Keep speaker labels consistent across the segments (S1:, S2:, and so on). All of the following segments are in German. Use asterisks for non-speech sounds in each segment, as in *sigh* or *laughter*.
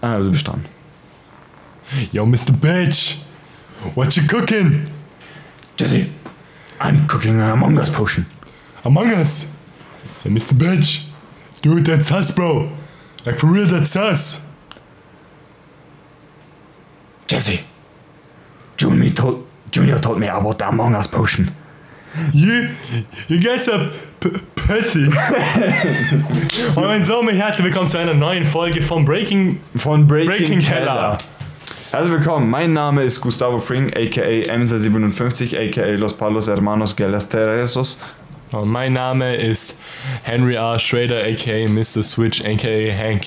S1: Ah, du bist dran.
S2: Yo, Mr. Bitch! What you cooking?
S1: Jesse, I'm cooking an Among Us potion.
S2: Among Us! Hey, Mr. Bitch! Dude, that's us, bro! Like, for real, that's us!
S1: Jesse, Junior told, Junior told me about the Among Us potion.
S2: You, you guys are p *laughs* petty. Und somit herzlich willkommen zu einer neuen Folge von Breaking,
S1: Von Breaking,
S2: Breaking
S1: Keller.
S2: Keller.
S1: Herzlich willkommen, mein Name ist Gustavo Fring, aka MZ57, aka Los Palos Hermanos Galasteresos.
S2: Und mein Name ist Henry R. Schrader, aka Mr. Switch, aka Hank.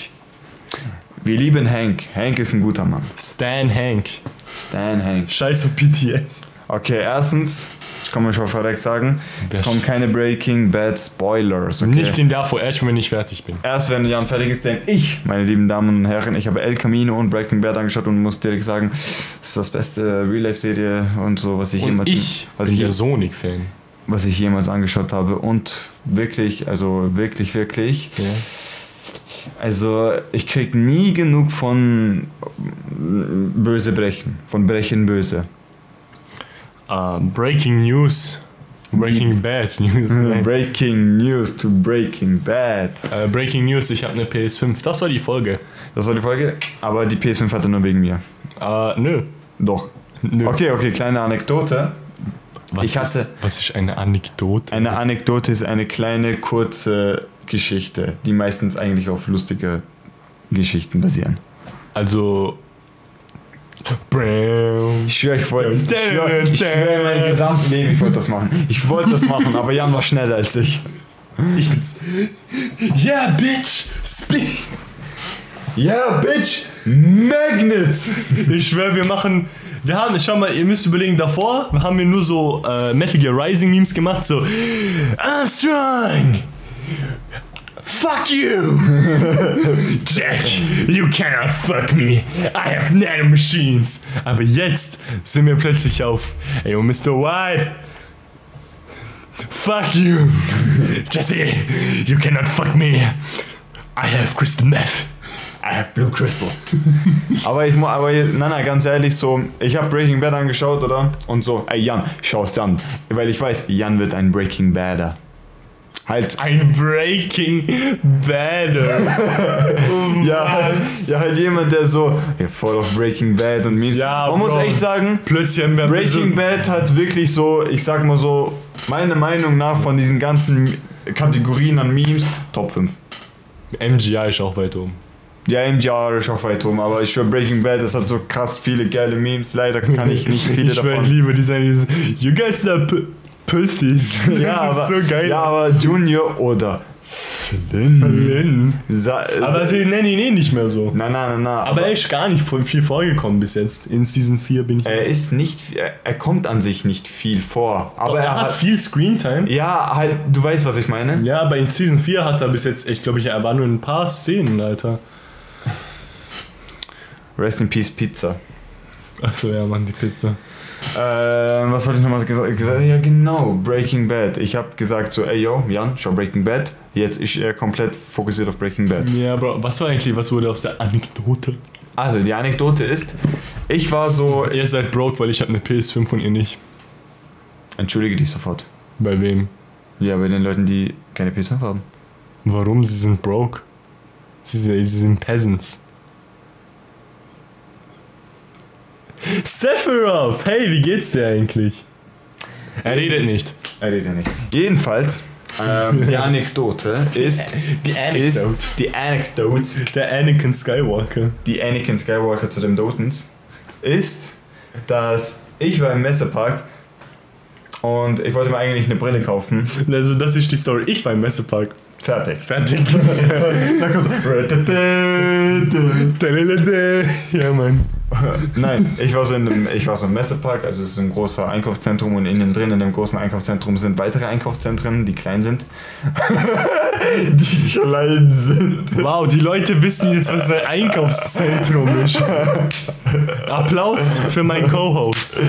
S1: Wir lieben Hank. Hank ist ein guter Mann.
S2: Stan Hank.
S1: Stan Hank.
S2: Scheiß auf BTS.
S1: Okay, erstens, ich kann mir schon verreckt sagen, es
S2: Wer-
S1: kommen keine Breaking Bad Spoilers. Okay?
S2: Nicht den davor, erst wenn ich fertig bin.
S1: Erst wenn Jan fertig ist, denn ich, meine lieben Damen und Herren, ich habe El Camino und Breaking Bad angeschaut und muss direkt sagen, es ist das beste Real-Life-Serie und so, was ich,
S2: Und
S1: jemals,
S2: ich
S1: was,
S2: bin
S1: ich,
S2: ja Sonic-Fan.
S1: was ich jemals angeschaut habe. Und wirklich, also wirklich, wirklich.
S2: Ja.
S1: Also ich krieg nie genug von mm, Böse Brechen, von Brechen Böse.
S2: Ah, Breaking News. Breaking Bad News. *laughs*
S1: Breaking News to Breaking Bad.
S2: Äh, Breaking News, ich habe eine PS5. Das war die Folge.
S1: Das war die Folge, aber die PS5 hatte nur wegen mir.
S2: Äh, nö.
S1: Doch.
S2: nö.
S1: Okay, okay, kleine Anekdote.
S2: Was
S1: ich hatte-
S2: Ist, was ist eine Anekdote?
S1: Eine Anekdote ist eine kleine, kurze Geschichte, die meistens eigentlich auf lustige Geschichten basieren.
S2: also. Brown.
S1: Ich schwöre, ich wollte ich schwör, ich schwör, mein gesamtes Leben, ich wollte das machen. Ich wollte das machen, aber Jan war schneller als ich.
S2: Ich bin's. Yeah, bitch! Speak!
S1: Yeah, bitch! Magnets!
S2: Ich schwöre, wir machen. Wir haben, schau mal, ihr müsst überlegen, davor haben wir nur so äh, Metal Gear Rising Memes gemacht, so I'm strong! Fuck you! *laughs* Jack, you cannot fuck me! I have nanomachines! Aber jetzt sind wir plötzlich auf Ey, yo, Mr. White! Fuck you! Jesse, you cannot fuck me! I have crystal meth! I have blue crystal!
S1: Aber ich muss, aber nein, nein, ganz ehrlich, so, ich habe Breaking Bad angeschaut, oder? Und so, ey Jan, schau's dir an. Weil ich weiß, Jan wird ein Breaking Bader. Halt,
S2: Ein Breaking Bad.
S1: *laughs* ja, ja, halt jemand, der so, ja, voll auf Breaking Bad und Memes.
S2: Ja,
S1: Man muss
S2: Bro.
S1: echt sagen,
S2: Plötzlich haben wir
S1: Breaking Bad hat wirklich so, ich sag mal so, meiner Meinung nach von diesen ganzen Kategorien an Memes, Top 5.
S2: MGI ist auch weit oben.
S1: Ja, MGR ist auch weit oben, aber ich schwör, Breaking Bad, das hat so krass viele geile Memes. Leider kann ich
S2: *laughs*
S1: nicht viele
S2: ich
S1: davon.
S2: Ich liebe diese, diese You guys are p pussies.
S1: *laughs* *laughs*
S2: Das
S1: ja, aber,
S2: ist so geil.
S1: Ja, aber Junior oder
S2: Berlin.
S1: Sa
S2: aber
S1: Äh,
S2: sie nennen ihn eh nicht mehr so.
S1: na, na, na, na.
S2: Aber er ist gar nicht voll viel vorgekommen bis jetzt. In Season 4 bin ich.
S1: er ist nicht, er, er kommt an sich nicht viel vor. Aber er hat,
S2: viel Screentime.
S1: ja, halt, du weißt, was ich meine.
S2: Ja, aber in Season 4 hat er bis jetzt, ich glaube, ich, er war nur in ein paar Szenen, Alter.
S1: Rest in Peace Pizza.
S2: Achso, ja, Mann, die Pizza.
S1: Ähm, was wollte ich nochmal gesa- gesagt? Ja, genau, Breaking Bad. Ich habe gesagt so, ey, yo, Jan, schau Breaking Bad. Jetzt ist er komplett fokussiert auf Breaking Bad.
S2: Ja, Bro, was war eigentlich, was wurde aus der Anekdote?
S1: Also, die Anekdote ist, ich war so...
S2: Ihr seid broke, weil ich habe eine PS5 und ihr nicht.
S1: Entschuldige dich sofort.
S2: Bei wem?
S1: Ja, bei den Leuten, die keine PS5 haben.
S2: Warum? Sie sind broke. Sie sind, sie sind Peasants. Sephiroth! Hey, wie geht's dir eigentlich? Er redet nicht.
S1: Er redet nicht. Jedenfalls, ähm, die Anekdote ist,
S2: Die
S1: ist die Anekdote,
S2: Der Anakin Skywalker.
S1: die Anakin Skywalker zu dem Dotens, ist, dass ich war im Messepark und ich wollte mir eigentlich eine Brille kaufen.
S2: Also, das ist die Story. Ich war im Messepark.
S1: Fertig. *laughs*
S2: Fertig.
S1: Dann kommt so-
S2: ja, Mann.
S1: Nein, ich war so in einem, ich war so im Messepark, also es ist ein großer Einkaufszentrum und innen drin in dem großen Einkaufszentrum sind weitere Einkaufszentren, die klein sind. die klein sind.
S2: Wow, die Leute wissen jetzt, was ein Einkaufszentrum ist. Applaus für meinen Co-Host.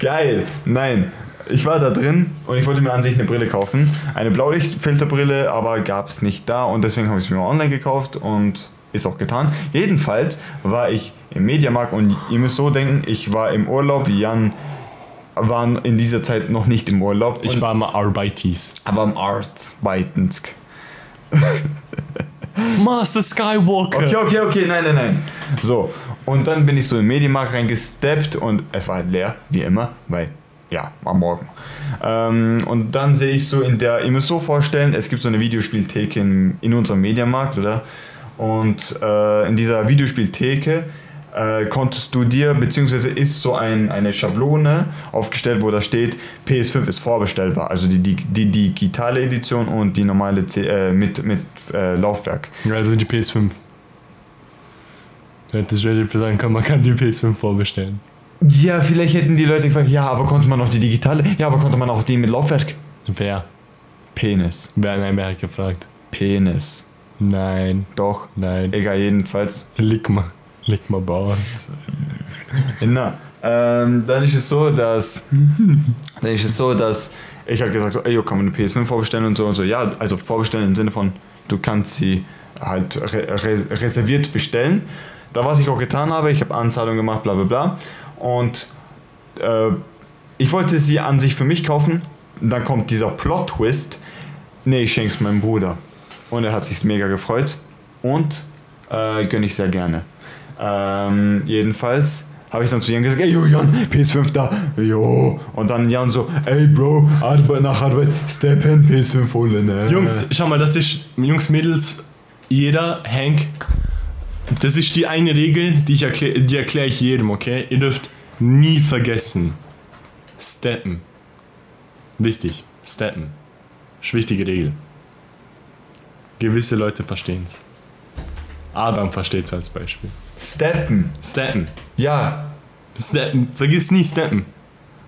S1: Geil. Nein. ich war da drin und ich wollte mir an sich eine Brille kaufen. Eine Blaulichtfilterbrille, aber gab es nicht da und deswegen habe ich es mir online gekauft und ist auch getan. Jedenfalls war ich im Mediamarkt und ihr müsst so denken, ich war im Urlaub, Jan war in dieser Zeit noch nicht im Urlaub.
S2: Ich
S1: und,
S2: war mal Arbeitis.
S1: aber am Arbeitensk.
S2: Master Skywalker.
S1: Okay, okay, okay, nein, nein, nein. So, und dann bin ich so in den Medienmarkt reingesteppt und es war halt leer, wie immer, weil, ja, am Morgen. Ähm, und dann sehe ich so in der, ihr müsst so vorstellen, es gibt so eine Videospieltheke in, in unserem Medienmarkt, oder? Und äh, in dieser Videospieltheke äh, konntest du dir, beziehungsweise ist so ein, eine Schablone aufgestellt, wo da steht, PS5 ist vorbestellbar, also die, die, die digitale Edition und die normale C, äh, mit, mit äh, Laufwerk.
S2: Also die PS5. Du hättest Reddit sagen können, man kann die PS5 vorbestellen.
S1: Ja, vielleicht hätten die Leute gefragt, ja, aber konnte man auch die digitale? Ja, aber konnte man auch die mit Laufwerk?
S2: Wer?
S1: Penis.
S2: wer nein, wer hat gefragt?
S1: Penis.
S2: Nein,
S1: Doch.
S2: nein.
S1: Egal, jedenfalls.
S2: Lick mal. Lick mal Bauer.
S1: Na, ähm, dann ist es so, dass. Dann ist es so, dass. Ich halt gesagt, so, ey, yo, kann man eine PS5 vorbestellen und so und so. Ja, also vorbestellen im Sinne von, du kannst sie halt re res reserviert bestellen. Da, was ich auch getan habe, ich habe Anzahlung gemacht, bla bla bla. Und äh, ich wollte sie an sich für mich kaufen. Und dann kommt dieser Plot-Twist. Nee, ich schenk's meinem Bruder. Und er hat sich's mega gefreut. Und äh, gönne ich sehr gerne. Ähm, jedenfalls habe ich dann zu Jan gesagt, ey, yo, Jan, PS5 da, jo. Und dann Jan so, ey, Bro, Arbeit nach Arbeit, steppen, PS5 holen, ne?
S2: Jungs, schau mal, das ist, Jungs, Mädels, jeder, Hank, das ist die eine Regel, die ich erkläre, die erkläre ich jedem, okay? Ihr dürft nie vergessen. Steppen. Wichtig. Steppen. Ist wichtige Regel. Gewisse Leute verstehen's. Adam versteht's als Beispiel.
S1: steppen,
S2: Steppen.
S1: ja,
S2: Steppen. Vergiss nie steppen.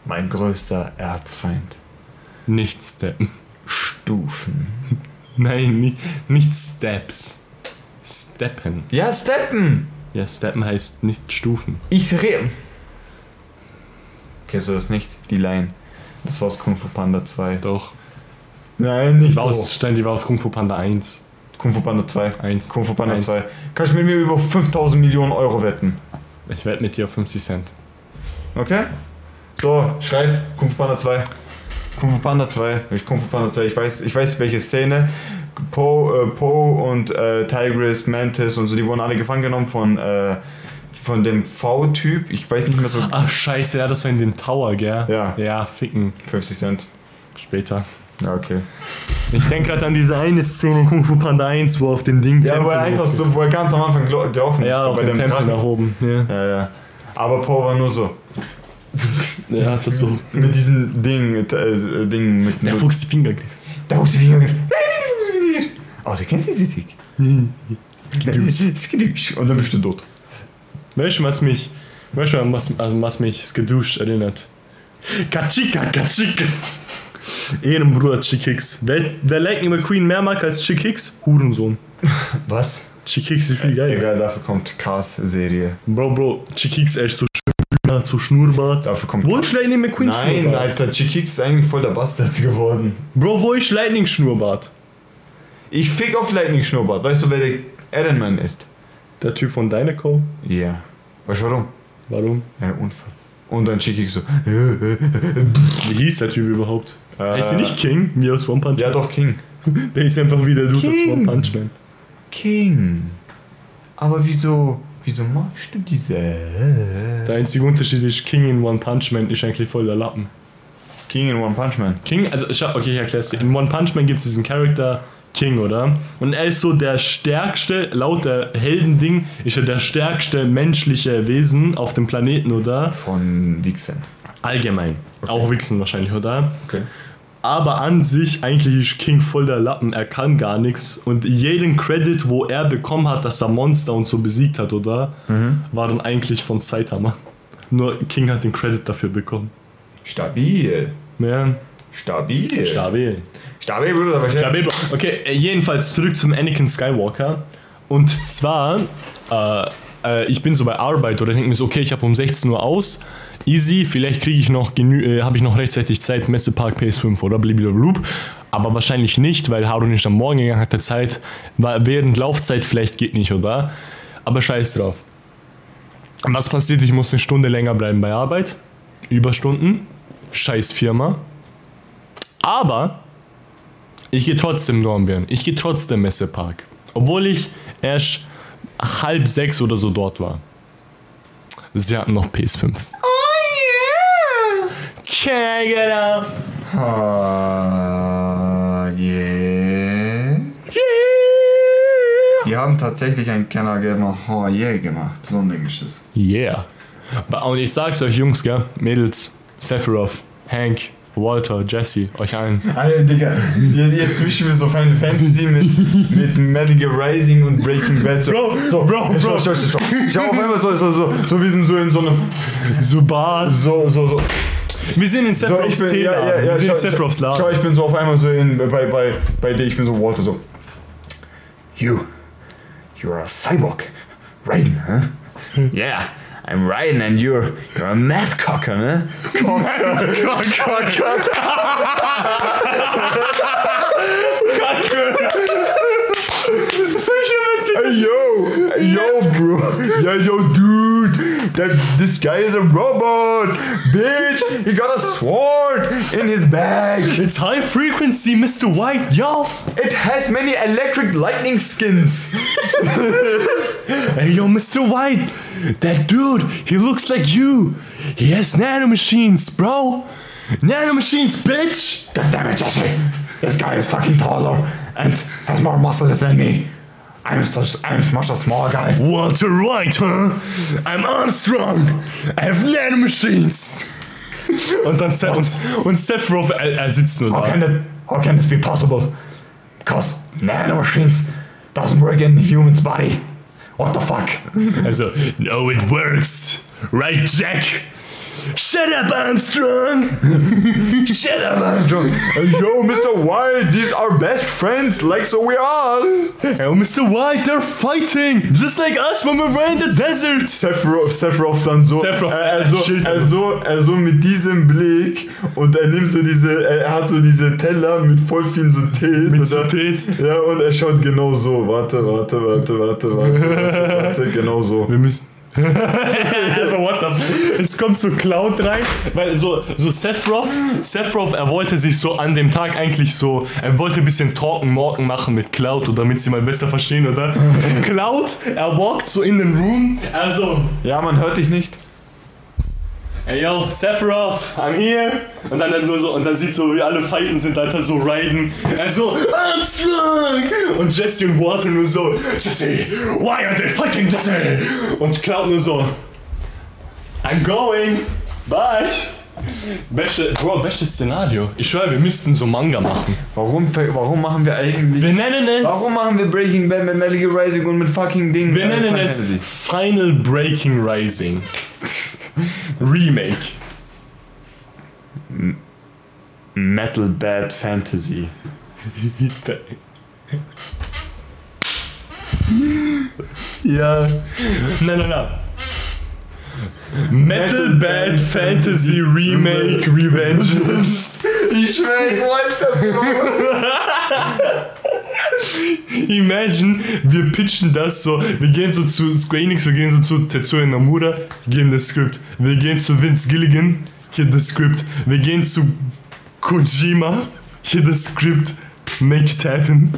S1: mein größter Erzfeind.
S2: Nicht steppen. *laughs*
S1: Stufen.
S2: Nein, nicht, nicht steps. Steppen.
S1: Ja, steppen!
S2: Ja, steppen heißt nicht Stufen.
S1: Ich rede. Kennst du das nicht? Die Line. Das war aus Kung Fu Panda 2.
S2: Doch.
S1: Nein, nicht
S2: Aus, stell dir aus Kung Fu Panda 1.
S1: Oh. Kung Fu Panda 2.
S2: 1.
S1: Kung Fu Panda
S2: Eins.
S1: 2. Kannst du mit mir über 5000 Millionen Euro wetten?
S2: Ich wette mit dir auf 50 Cent.
S1: Okay? So, schreib Kung Fu Panda 2. Kung Fu Panda 2. Ich, Kung Fu Panda 2. Ich weiß, ich weiß welche Szene. Poe äh, po und äh, Tigress, Mantis und so, die wurden alle gefangen genommen von, äh, von dem V-Typ. Ich weiß nicht mehr so.
S2: Ach, scheiße, ja, das war in dem Tower, gell?
S1: Ja.
S2: Ja, ficken.
S1: 50 Cent.
S2: Später.
S1: Ja, okay.
S2: Ich denke gerade an diese eine Szene in Kung Fu Panda 1, wo auf dem Ding.
S1: Ja,
S2: Tempel
S1: wo er einfach
S2: hoch-
S1: so, wo er ganz am Anfang gelo- gelaufen
S2: Ja,
S1: so
S2: auf dem Tempel nach oben. Ja.
S1: Ja, ja. Aber Poe war nur so.
S2: ja, das so.
S1: Mit diesem Ding, äh, äh, Ding mit
S2: Der
S1: mit-
S2: Fuchs die Finger. gell?
S1: Der Fuchsfinger. Nein, nicht der Fuchsfinger. Oh, du kennst diese Tick. *laughs* Skidüsch. Und dann bist du tot.
S2: Weißt du, was mich. Weißt du, was, also was mich geduscht erinnert? Katschika, Katschika. Ehrenbruder Chick Hicks. Wer, wer Lightning McQueen mehr mag als Chick Hicks? Hurensohn.
S1: *laughs* Was? Äh,
S2: Chick Hicks ist viel geiler.
S1: Egal, dafür kommt Cars-Serie.
S2: Bro, Bro, Chick Hicks, er ist so Schnurrbart, so Schnurrbart.
S1: Dafür kommt.
S2: Wo ist Lightning McQueen
S1: Nein,
S2: Schnurrbart?
S1: Alter, Chick Hicks ist eigentlich voll der Bastard geworden.
S2: Bro, wo ist Lightning Schnurrbart?
S1: Ich fick auf Lightning Schnurrbart. Weißt du, wer der Iron Man ist?
S2: Der Typ von Dynaco?
S1: Ja. Weißt du warum?
S2: Warum?
S1: Ja, Unfall. Und dann Chick Hicks so.
S2: Wie hieß der Typ überhaupt?
S1: Äh,
S2: Heißt er nicht King, wie aus One Punch
S1: Ja,
S2: Man?
S1: doch, King.
S2: *laughs* Der ist einfach wieder du aus
S1: King.
S2: One Punch Man.
S1: King. Aber wieso, wieso machst du diese?
S2: Der einzige Unterschied ist, King in One Punch Man ist eigentlich voll der Lappen.
S1: King in One Punch Man.
S2: King, also, schau, okay, ich erklär's dir. In One Punch Man gibt's diesen Charakter King, oder? Und er ist so der stärkste, laut der Heldending, ist er der stärkste menschliche Wesen auf dem Planeten, oder?
S1: Von Wichsen.
S2: Allgemein. Auch Wichsen wahrscheinlich, oder?
S1: Okay.
S2: Aber an sich, eigentlich ist King voll der Lappen, er kann gar nichts. Und jeden Credit, wo er bekommen hat, dass er Monster und so besiegt hat, oder? Waren eigentlich von Saitama. Nur King hat den Credit dafür bekommen.
S1: Stabil.
S2: Ja,
S1: Stabil.
S2: stabil.
S1: Stabil, Bruder. aber
S2: Ja,
S1: Stabil.
S2: Bebo. Okay, äh, jedenfalls zurück zum Anakin Skywalker. Und zwar, äh, äh, ich bin so bei Arbeit oder denke mir so, okay, ich habe um 16 Uhr aus. easy, vielleicht kriege ich noch genü äh, habe ich noch rechtzeitig Zeit, Messepark PS5 oder blablabla. Aber wahrscheinlich nicht, weil Harun ist am Morgen gegangen, hatte Zeit, war während Laufzeit vielleicht geht nicht, oder? Aber scheiß drauf. Was passiert? Ich muss eine Stunde länger bleiben bei Arbeit. Überstunden. Scheiß Firma. Aber ich gehe trotzdem Dornbirn. Ich gehe trotzdem Messepark. Obwohl ich erst halb sechs oder so dort war. Sie hatten noch PS5.
S1: Oh
S2: Can I get up?
S1: yeah! Ah, yeah. Die haben tatsächlich einen Kenner gemacht, oh yeah gemacht. So ein Ding ist es.
S2: Yeah. Ba- Und ich sag's euch, Jungs, gell? Mädels, Sephiroth, Hank, Walter, Jesse, euch allen.
S1: Alter, Digga, jetzt, jetzt mischen wir so Final Fantasy mit, mit Metal Gear Rising und Breaking Bad. So,
S2: Bro,
S1: so,
S2: Bro,
S1: ich-
S2: Bro.
S1: Ich, ich, ich, ich, ich hab auf einmal so, so, so, so, wir sind so in so einem,
S2: Subas.
S1: so, so, so.
S2: Wir sind in
S1: So,
S2: Sephiroths Laden. Wir sind in Sephiroths
S1: schau, schau,
S2: Laden.
S1: ich bin so auf einmal so in, bei, bei, bei dir, ich bin so Walter, so. You, you're a cyborg. Raiden, huh? Yeah, I'm Raiden and you're, you're a math cocker, ne? Hey, yo, Hey, yo, bro, yeah, yo, dude, that this guy is a robot, bitch. He got a sword in his bag.
S2: It's high frequency, Mr. White, yo!
S1: It has many electric lightning skins.
S2: Hey, yo, Mr. White! That dude, he looks like you! He has nanomachines, bro! Nanomachines, bitch!
S1: God damn it, Jesse, this guy is fucking taller and has more muscles than me. I'm such, I'm much a small guy.
S2: Walter White, huh? I'm Armstrong. I have nanomachines. *laughs* Und dann Seth, und, und Seth Roth, er, er sitzt nur
S1: How
S2: da.
S1: can that? How can this be possible? Because nanomachines doesn't work in the human's body. What the fuck?
S2: Also, no, it works. Right, Jack? Shut up, Armstrong! *laughs* Shut up, Armstrong!
S1: Yo, Mr. White, Oh, these are best friends, like so we are.
S2: Oh, Mr. White, they're fighting! Just like us when we were in the desert!
S1: Sephiroth, Sephiroth dann so,
S2: Sephiroth,
S1: er, er, so,
S2: Schild.
S1: er, so, er so mit diesem Blick und er nimmt so diese, er, er hat so diese Teller mit voll vielen so Tees. und er-
S2: Tees.
S1: Ja, und er schaut genau so, warte, warte, warte, warte, warte, warte, warte genau so.
S2: Wir *laughs* müssen. also what the f- Es kommt so Cloud rein, weil so, so Sephiroth, Sephiroth, er wollte sich so an dem Tag eigentlich so, er wollte ein bisschen Talken Morken machen mit Cloud, oder damit sie mal besser verstehen, *laughs* oder? Cloud, er walkt so in den Room, also,
S1: Ja, man hört dich nicht.
S2: hey yo, Sephiroth, I'm here. Und dann halt nur so, und dann sieht so, wie alle fighten sind, Alter, so riden. Er so, I'm strong! Und Jesse und Walter nur so, Jesse, why are they fighting Jesse? Und Cloud nur so, I'm going, bye! Beste, Bro, bestes Szenario. Ich schwöre, wir müssten so Manga machen.
S1: Warum, warum machen wir eigentlich...
S2: Wir nennen es.
S1: Warum machen wir Breaking Bad mit Metal Gear Rising und mit fucking Dingen?
S2: Wir nennen es Final Breaking Rising. *laughs* Remake.
S1: Metal Bad Fantasy.
S2: Ja. Nein, nein, nein. Metal Bad Fantasy Remake Revengeance.
S1: Ich schwör, ich wollte das
S2: Imagine, wir pitchen das so. Wir gehen so zu Square Enix, wir gehen so zu Tetsuya Namura, geben das Skript. Wir gehen zu Vince Gilligan, hier das Skript. Wir gehen zu Kojima, hier das Skript. Make it happen.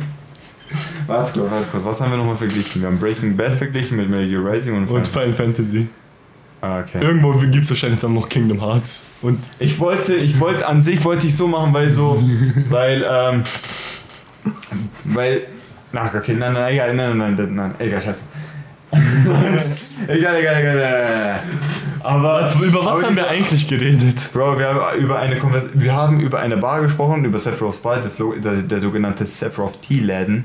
S1: Warte kurz, warte kurz. Was haben wir nochmal verglichen? Wir haben Breaking Bad verglichen mit Metal Gear Rising und...
S2: Und Final Fantasy.
S1: ah, okay.
S2: Irgendwo gibt's wahrscheinlich dann noch Kingdom Hearts. Und
S1: Ich wollte, ich wollte, an sich wollte ich so machen, weil
S2: *laughs*
S1: so, weil, ähm, weil, ach, okay, nein, nein, egal, nein, nein, nein, nein, egal, scheiße. *laughs* egal, egal, egal, egal, egal. Aber,
S2: über was
S1: aber
S2: haben wir
S1: diese-
S2: eigentlich geredet?
S1: Bro, wir haben über eine Konvers wir haben über eine Bar gesprochen, über Sephiroth's Bar, das, Lo- der, der sogenannte Sephiroth Tea Laden.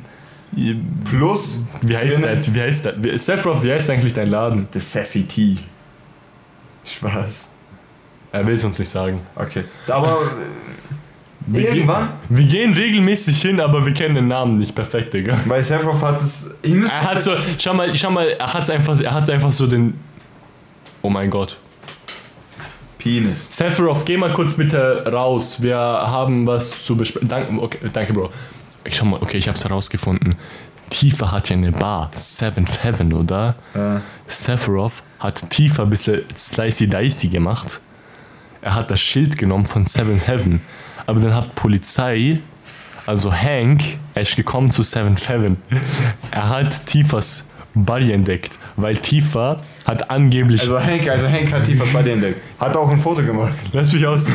S1: Plus,
S2: Wie heißt
S1: Wir-
S2: das? Wie heißt das? Wie- Sephiroth, wie heißt eigentlich dein Laden?
S1: das Sephi Tea. Spaß.
S2: Er will es uns nicht sagen.
S1: Okay. So, aber äh,
S2: Wir
S1: irgendwann,
S2: Gehen, wir gehen regelmäßig hin, aber wir kennen den Namen nicht perfekt, Digga.
S1: weil Sephiroth hat es. Ich muss-
S2: Er hat so, schau mal, schau mal, er hat einfach, er hat einfach so den. Oh mein Gott.
S1: Penis.
S2: Sephiroth, geh mal kurz bitte raus. Wir haben was zu besprechen. Danke, okay, danke, Bro. Ich schau mal, okay, ich hab's herausgefunden. Tifa hat ja eine Bar. Seventh Heaven, oder?
S1: Äh,
S2: Sephiroth hat Tifa ein bisschen Slicey Dicey gemacht. Er hat das Schild genommen von Seventh Heaven. Aber dann hat Polizei, also Hank, er ist gekommen zu Seventh Heaven. Er hat Tifas Body entdeckt, weil Tifa hat angeblich.
S1: also Hank, also Hank hat Tifa bei dir entdeckt. Hat auch ein Foto gemacht.
S2: Lass mich *laughs* aus.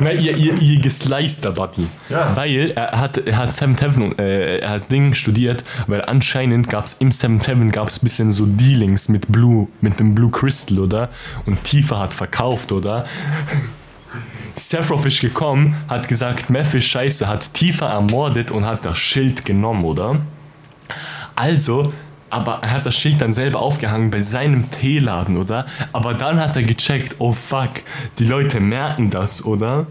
S2: Nein, ihr, ihr, ihr geslicer Buddy.
S1: Ja.
S2: Weil er hat, er hat Seventh Heaven, äh, er hat Ding studiert, weil anscheinend gab es im Seventh Heaven gab's ein bisschen so Dealings mit Blue, mit dem Blue Crystal, oder? Und Tifa hat verkauft, oder? Sephiroth ist gekommen, hat gesagt, Meth ist scheiße, hat Tifa ermordet und hat das Schild genommen, oder? Also, aber er hat das Schild dann selber aufgehangen bei seinem Teeladen, oder? Aber dann hat er gecheckt, oh fuck, die Leute merken das, oder?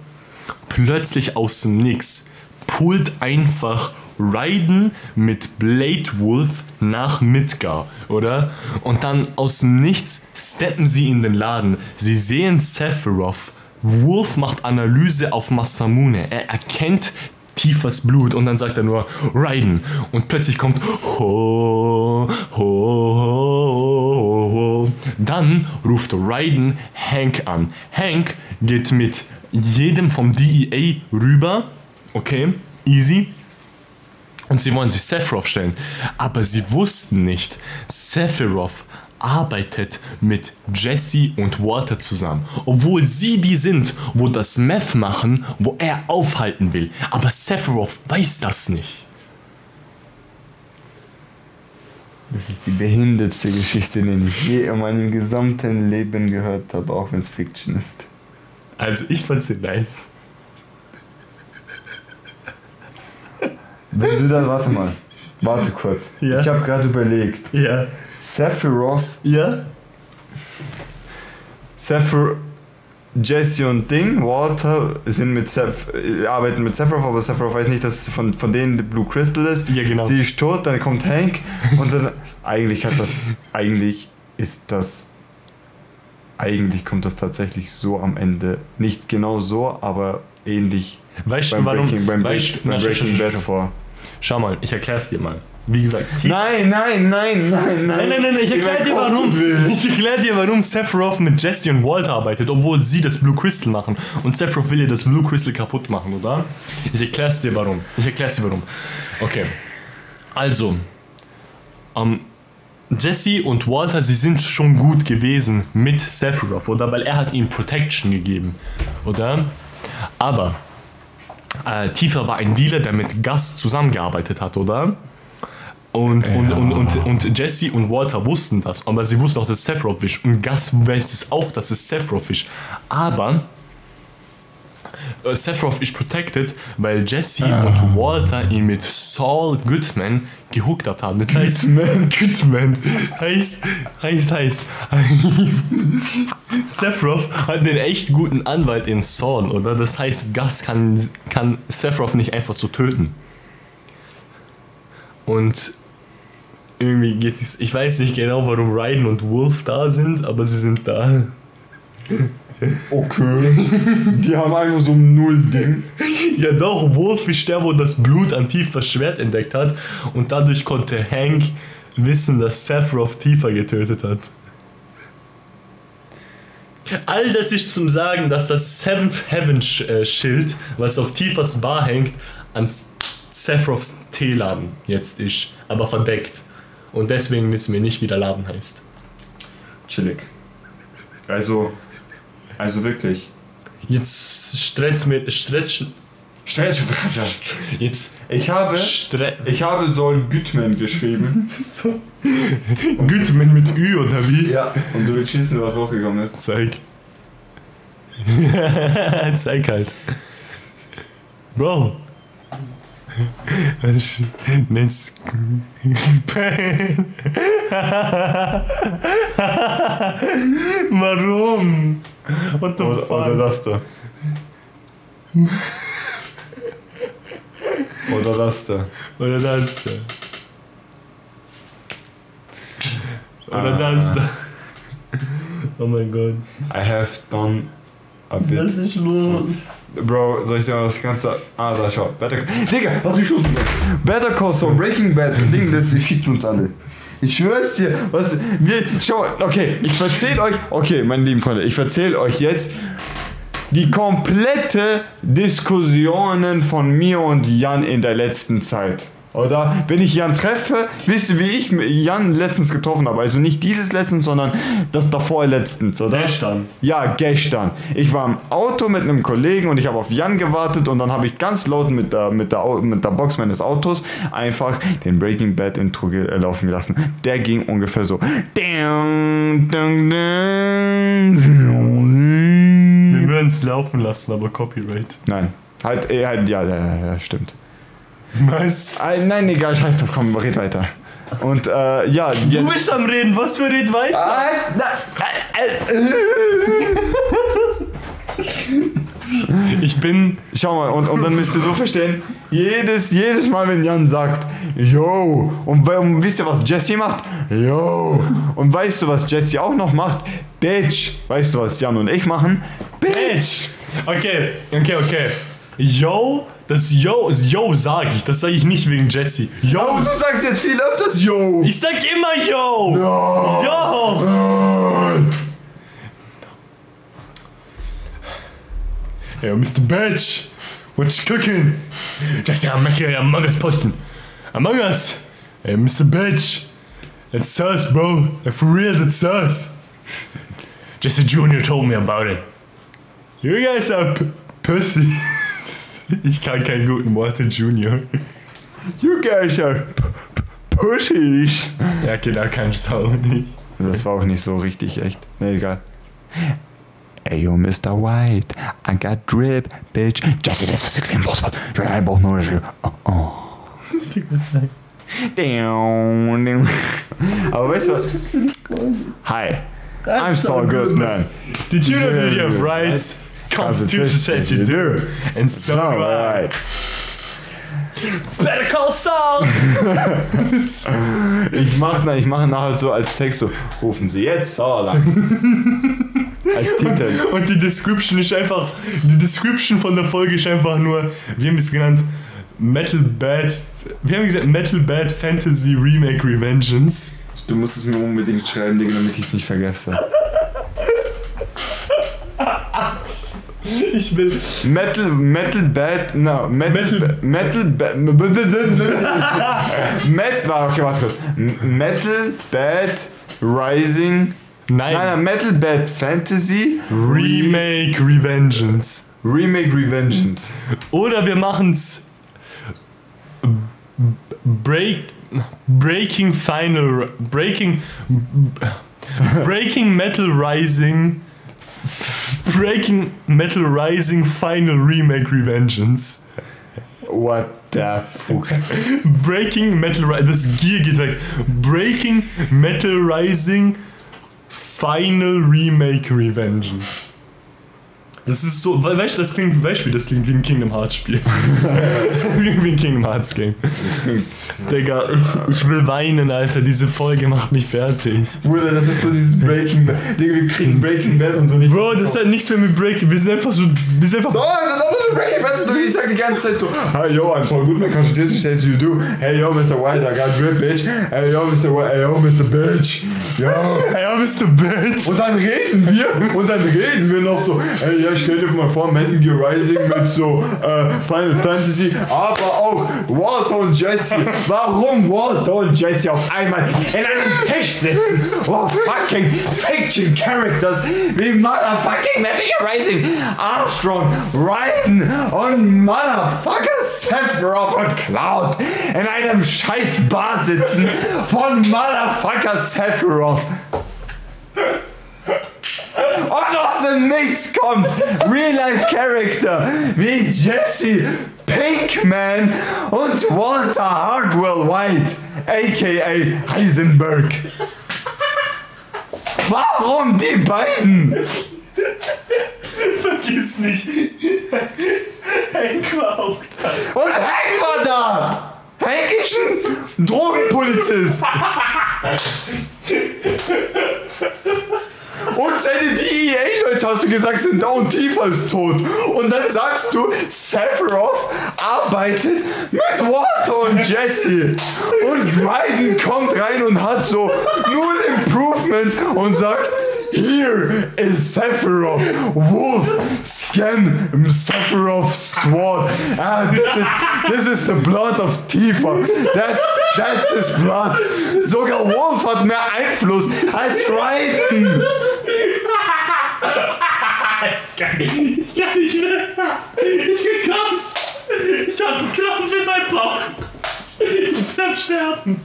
S2: Plötzlich aus dem Nix pullt einfach Raiden mit Blade Wolf nach Midgar, oder? Und dann aus dem Nichts steppen sie in den Laden. Sie sehen Sephiroth. Wolf macht Analyse auf Masamune. Er erkennt tiefes Blut und dann sagt er nur Raiden und plötzlich kommt ho, ho, ho, ho. dann ruft Raiden Hank an. Hank geht mit jedem vom DEA rüber, okay, easy. Und sie wollen sich Sephiroth stellen. Aber sie wussten nicht, Sephiroth arbeitet mit Jesse und Walter zusammen. Obwohl sie die sind, wo das Meth machen, wo er aufhalten will. Aber Sephiroth weiß das nicht.
S1: Das ist die behindertste Geschichte, die ich je in meinem gesamten Leben gehört habe, auch wenn es Fiction ist.
S2: Also ich fand's sehr nice.
S1: Wenn du das, warte mal. Warte kurz.
S2: Ja.
S1: Ich habe gerade überlegt.
S2: Ja.
S1: Sephiroth,
S2: Ja?
S1: Sephir, Jesse und Ding, Walter sind mit Seph, äh, arbeiten mit Sephiroth, aber Sephiroth weiß nicht, dass es von, von denen die Blue Crystal ist.
S2: Ja, genau.
S1: Sie ist tot, dann kommt Hank und dann eigentlich hat das eigentlich ist das eigentlich kommt das tatsächlich so am Ende. Nicht genau so, aber ähnlich
S2: Weißt du,
S1: beim
S2: warum?
S1: Breaking, beim
S2: weißt,
S1: Break- beim
S2: na,
S1: Breaking
S2: schau,
S1: Bad
S2: schau,
S1: vor.
S2: schau. schau mal, ich erklär's dir mal. Wie gesagt,
S1: Nein, nein, nein, nein,
S2: Nein,
S1: nein.
S2: nein, nein, ich erkläre dir warum. Ich erkläre dir, warum Sephiroth mit Jesse und Walter arbeitet, obwohl sie das Blue Crystal machen. Und Sephiroth will ihr das Blue Crystal kaputt machen, oder? Ich erkläre dir warum. Ich erkläre dir warum. Okay. Also, ähm, Jesse und Walter, sie sind schon gut gewesen mit Sephiroth, oder? Weil er hat ihnen Protection gegeben, oder? Aber äh, Tifa war ein Dealer, der mit Gus zusammengearbeitet hat, oder? Und, und, und, und, und Jesse und Walter wussten das, aber sie wussten auch, dass es Sephiroth ist. Und Gus weiß es auch, dass es Sephiroth ist. Aber äh, Sephiroth ist protected, weil Jesse und Walter ihn mit Saul Goodman gehuckt haben. Das heißt, Goodman, *laughs* Goodman heißt, heißt, heißt. *laughs* Sephiroth hat einen echt guten Anwalt in Saul, oder? Das heißt, Gus kann, kann Sephiroth nicht einfach so töten. Und irgendwie geht es. Ich weiß nicht genau, warum Raiden und Wolf da sind, aber sie sind da. *laughs*
S1: Okay. Die haben einfach so ein Null-Ding.
S2: Ja doch, Wolf ist der, wo das Blut an Tiefers Schwert entdeckt hat und dadurch konnte Hank wissen, dass Sephiroth Tifa getötet hat. All das ist zum Sagen, dass das Seventh Heaven Sch- äh, Schild, was auf Tifas Bar hängt, an Sephiroths Teeladen jetzt ist, aber verdeckt. Und deswegen wissen wir nicht, wie der Laden heißt.
S1: Chillig. Also, also wirklich.
S2: Jetzt stretch mir, stretch,
S1: Stell dich Bratscher.
S2: jetzt
S1: Ich habe,
S2: stretch.
S1: *laughs* ich habe Sol Gütman geschrieben.
S2: So. Gütman mit Ü oder wie?
S1: *laughs* Ja. Und du willst wissen, was rausgekommen ist.
S2: Zeig. *laughs* Zeig halt. Bro. Was nennst *laughs* Warum? What the
S1: Oder,
S2: fuck?
S1: oder das da. Oder das da.
S2: Oder das da. Oder
S1: Ah.
S2: das da. Oh mein Gott.
S1: I have done a bit.
S2: ist los.
S1: Bro, soll ich dir mal das ganze. Ah, da schau. Better Digga, was ich schon Better Call Saul, Breaking Bad, das Ding, das fickt uns alle. Ich schwör's dir, was. Wir, schau, mal, okay, ich erzähl euch. Okay, meine lieben Freunde, ich erzähl euch jetzt die komplette Diskussionen von mir und Jan in der letzten Zeit. Oder wenn ich Jan treffe, wisst ihr, wie ich Jan letztens getroffen habe. Also nicht dieses letztens, sondern das davor letztens, oder?
S2: Gestern.
S1: Ja, gestern. Ich war im Auto mit einem Kollegen und ich habe auf Jan gewartet und dann habe ich ganz laut mit der, mit, der, Au- mit der Box meines Autos einfach den Breaking Bad Intro ge- äh, laufen gelassen. Der ging ungefähr so.
S2: Wir
S1: Nein.
S2: würden es laufen lassen, aber Copyright. *laughs*
S1: Halt, eh, halt, ja, ja, ja, ja, stimmt.
S2: Was?
S1: Ah, nein, egal, scheiß drauf, komm, red weiter. Und äh, ja, ja
S2: Du bist am Reden, was für Red weiter? Ich bin.
S1: Schau mal, und, und dann müsst ihr so verstehen, jedes, jedes Mal, wenn Jan sagt, yo, und, we- und wisst ihr, was Jesse macht? Yo. Und weißt du, was Jesse auch noch macht? Bitch. Weißt du, was Jan und ich machen? Bitch.
S2: Okay, okay, okay. Yo, das Yo ist Yo, sage ich. Das sage ich nicht wegen Jesse.
S1: Oh,
S2: Yo,
S1: du sagst jetzt viel öfters, yo.
S2: ich sag immer Yo!
S1: Yo.
S2: Yo! Hey, Mr. Bitch! What you cooking? Jesse, I'm making Among Us posten. Among Us! Hey, Mr. Bitch! It's sus, bro. Like, for real, it's sus. Jesse Jr. told me about it. You guys are p- pussy. *laughs* ich kann keinen guten Worte, Junior.
S1: You guys are p- p- pussies.
S2: Ja, okay, da kann ich es auch nicht.
S1: Das war auch nicht so richtig echt. Nee, egal. Ey, yo, Mr. White, I got drip, bitch. Jesse, das was du kriegen brauchst. Ich will einen Bauch nur. Oh, oh. Down, down. Aber weißt du was? Hi, I'm so good, man.
S2: Did you know that you have rights? Constitution says you do. And so do I.
S1: Alright.
S2: Better call Saul!
S1: Ich mache ich mach nachher halt so als Text so, rufen Sie jetzt Sauerland. *laughs* als Titel.
S2: Und die Description ist einfach. Die Description von der Folge ist einfach nur. Wir haben es genannt. Metal Bad. Wir haben gesagt Metal Bad Fantasy Remake Revengeance.
S1: Du musst es mir unbedingt schreiben, Digga, damit ich es nicht vergesse.
S2: Ich will.
S1: Metal, metal bad, no, metal, metal,
S2: Metal-
S1: bad, *laughs* metal, okay, warte kurz. M- Metal bad rising,
S2: Nein.
S1: nein, nein, metal bad fantasy,
S2: Remake Revengeance.
S1: remake revengeance.
S2: Oder wir machen's. Break. Breaking Final. Breaking. Breaking Metal Rising. Breaking Metal Rising Final Remake Revengeance.
S1: What the fuck?
S2: Breaking Metal Rising. Das Gear geht weg. Breaking Metal Rising Final Remake Revengeance. Das ist so, we- weißt du, das klingt, weißt du, wie das klingt wie ein Kingdom Hearts *laughs* Spiel. das klingt wie ein Kingdom Hearts Game. Digga, ich, ich will weinen, Alter. Diese Folge macht mich fertig.
S1: Bruder, das ist so dieses Breaking Bad, Digga, wir kriegen Breaking Bad und so nicht.
S2: Bro, das hat nichts mehr mit Break. Wir sind einfach so, wir sind
S1: Oh,
S2: einfach.
S1: das ist auch so Breaking Bad, du ich sag die ganze Zeit so, hey yo, I'm so good, man, Constitution says you do, hey yo, Mr. White, I got drip, bitch, hey yo, Mr. White, hey yo, Mr. Bitch, yo.
S2: Ey, ja, bist du bitch?
S1: Und dann reden wir, und dann reden wir noch so, ey, ja, stell dir mal vor, Metal Gear Rising mit so äh, Final Fantasy, aber auch Walter und Jesse. Warum Walter und Jesse auf einmal in einem Tisch sitzen? Oh, fucking Fiction Characters wie Motherfucking Metal Gear Rising, Armstrong, Raiden und Motherfucker Sephiroth und Cloud in einem scheiß Bar sitzen von Motherfucker Sephiroth. Und aus dem Nichts kommt Real-Life-Character wie Jesse Pinkman und Walter Hardwell White, a.k.a. Heisenberg. Warum die beiden?
S2: Vergiss nicht. *laughs* Hank war auch da.
S1: Und Hank war da! Hank ist ein Drogenpolizist! Und seine DEA-Leute, hast du gesagt, sind da und Tifa ist tot. Und dann sagst du, Sephiroth arbeitet mit Walter und Jesse. Und Raiden kommt rein und hat so null Improvements und sagt, Here is Sephiroth. Wolf, scan Sephiroth's sword. Ah, this is, this is the blood of Tifa. That's, that's his blood. Sogar Wolf hat mehr Einfluss als Raiden.
S2: Geil. Ich kann nicht mehr. Ich bin krampf. Ich hab einen Krampf in meinem Bauch. Ich bin am Sterben.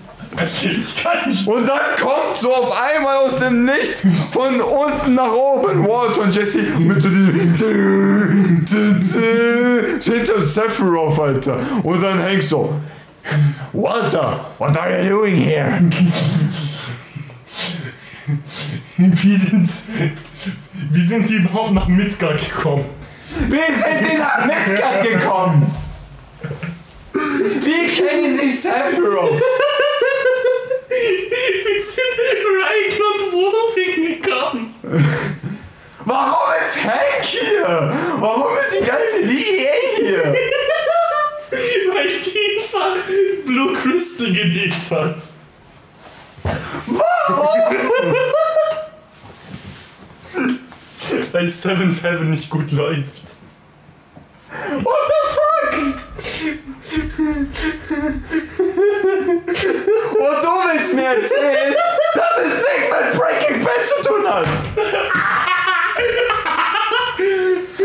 S2: Ich kann nicht.
S1: Und dann kommt so auf einmal aus dem Nichts von unten nach oben Walt und Jesse mit so diesem Dü- Dü- Dü- hinter Sephiroth, Alter. Und dann Hank so. Walter, what are you doing here?
S2: Wie sind, wie sind die überhaupt nach Midgard gekommen?
S1: Wir sind in Midgard gekommen. Wie kennen Sie Sephiroth?
S2: Wir sind Ryan und Wolf hingekommen.
S1: Warum ist Hank hier? Warum ist die ganze DEA hier?
S2: *laughs* Weil Tifa Blue Crystal gedient hat. Warum? Weil Seven Heaven nicht gut läuft.
S1: What the fuck? Und du willst mir erzählen, dass es nichts mit Breaking Bad zu tun hat?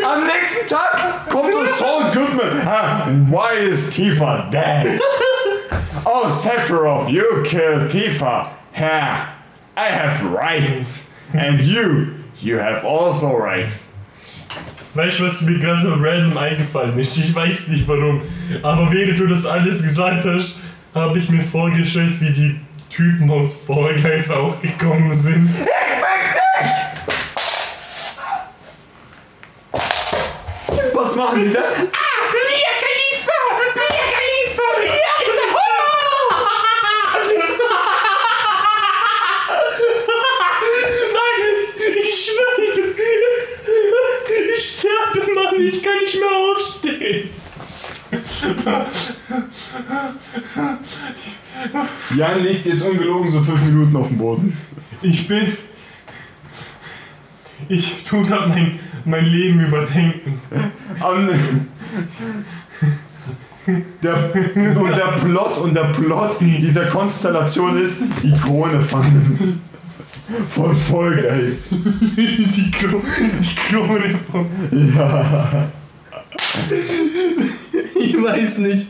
S1: Am nächsten Tag kommt uns Saul Goodman. Ah, Why is Tifa dead? Oh, Sephiroth, you killed Tifa. Ha, I have rights. And you, you have also rights.
S2: Weißt du, was mir gerade so random eingefallen ist? Ich weiß nicht warum. Aber während du das alles gesagt hast, habe ich mir vorgestellt, wie die Typen aus Fall Guys auch gekommen sind.
S1: Was machen die da?
S3: Mia Khalifa! Mia Khalifa! Mia ist ein
S2: Nein, ich schwöre, ich sterbe, Mann, ich kann nicht mehr aufstehen.
S1: Jan liegt jetzt ungelogen so fünf Minuten auf dem Boden.
S2: Ich bin. Ich tue gerade mein, mein Leben überdenken.
S1: Am, der, und der Plot und der Plot dieser Konstellation ist die Krone fangen. Von Vollgeist.
S2: Die, Kro die Krone vom.
S1: Ja.
S2: Ich weiß nicht.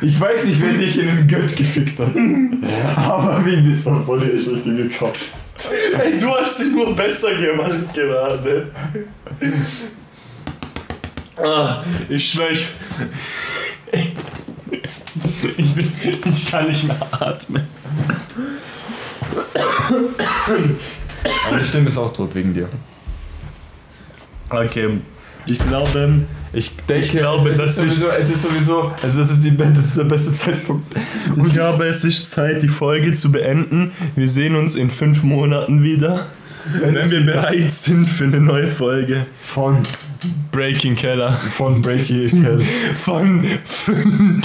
S1: Ich weiß nicht, wer dich in den Gött gefickt hat. Aber wie bist du auf so eine Geschichte gekommen?
S2: Ey, du hast sie nur besser gemacht gerade. Ah, ich schwör, ich, *laughs* ich, bin, ich kann nicht mehr atmen.
S1: Meine Stimme ist auch tot wegen dir.
S2: Okay, ich glaube,
S1: Ich denke,
S2: glaube,
S1: es, ist
S2: dass ich-
S1: sowieso, es ist sowieso, also das ist, die, das ist der beste Zeitpunkt.
S2: ich glaube, es ist Zeit, die Folge zu beenden. Wir sehen uns in fünf Monaten wieder, wenn wir bereit sind für eine neue Folge
S1: Von,
S2: Breaking Keller.
S1: von Breaky Hill.
S2: Von, von,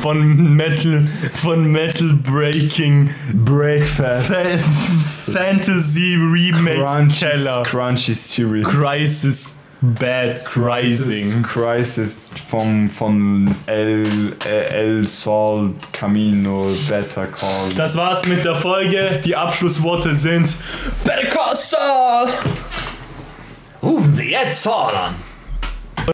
S2: von Metal, von Metal Breaking
S1: Breakfast.
S2: Fa- Fantasy Remake
S1: Crunchy,
S2: Keller.
S1: Crunchy Series.
S2: Crisis Bad Rising.
S1: Crisis vom, von El, El Sol Camino Better Call.
S2: Das war's mit der Folge. Die Abschlussworte sind Better Call Saul!
S3: Rufen Sie jetzt Saul an!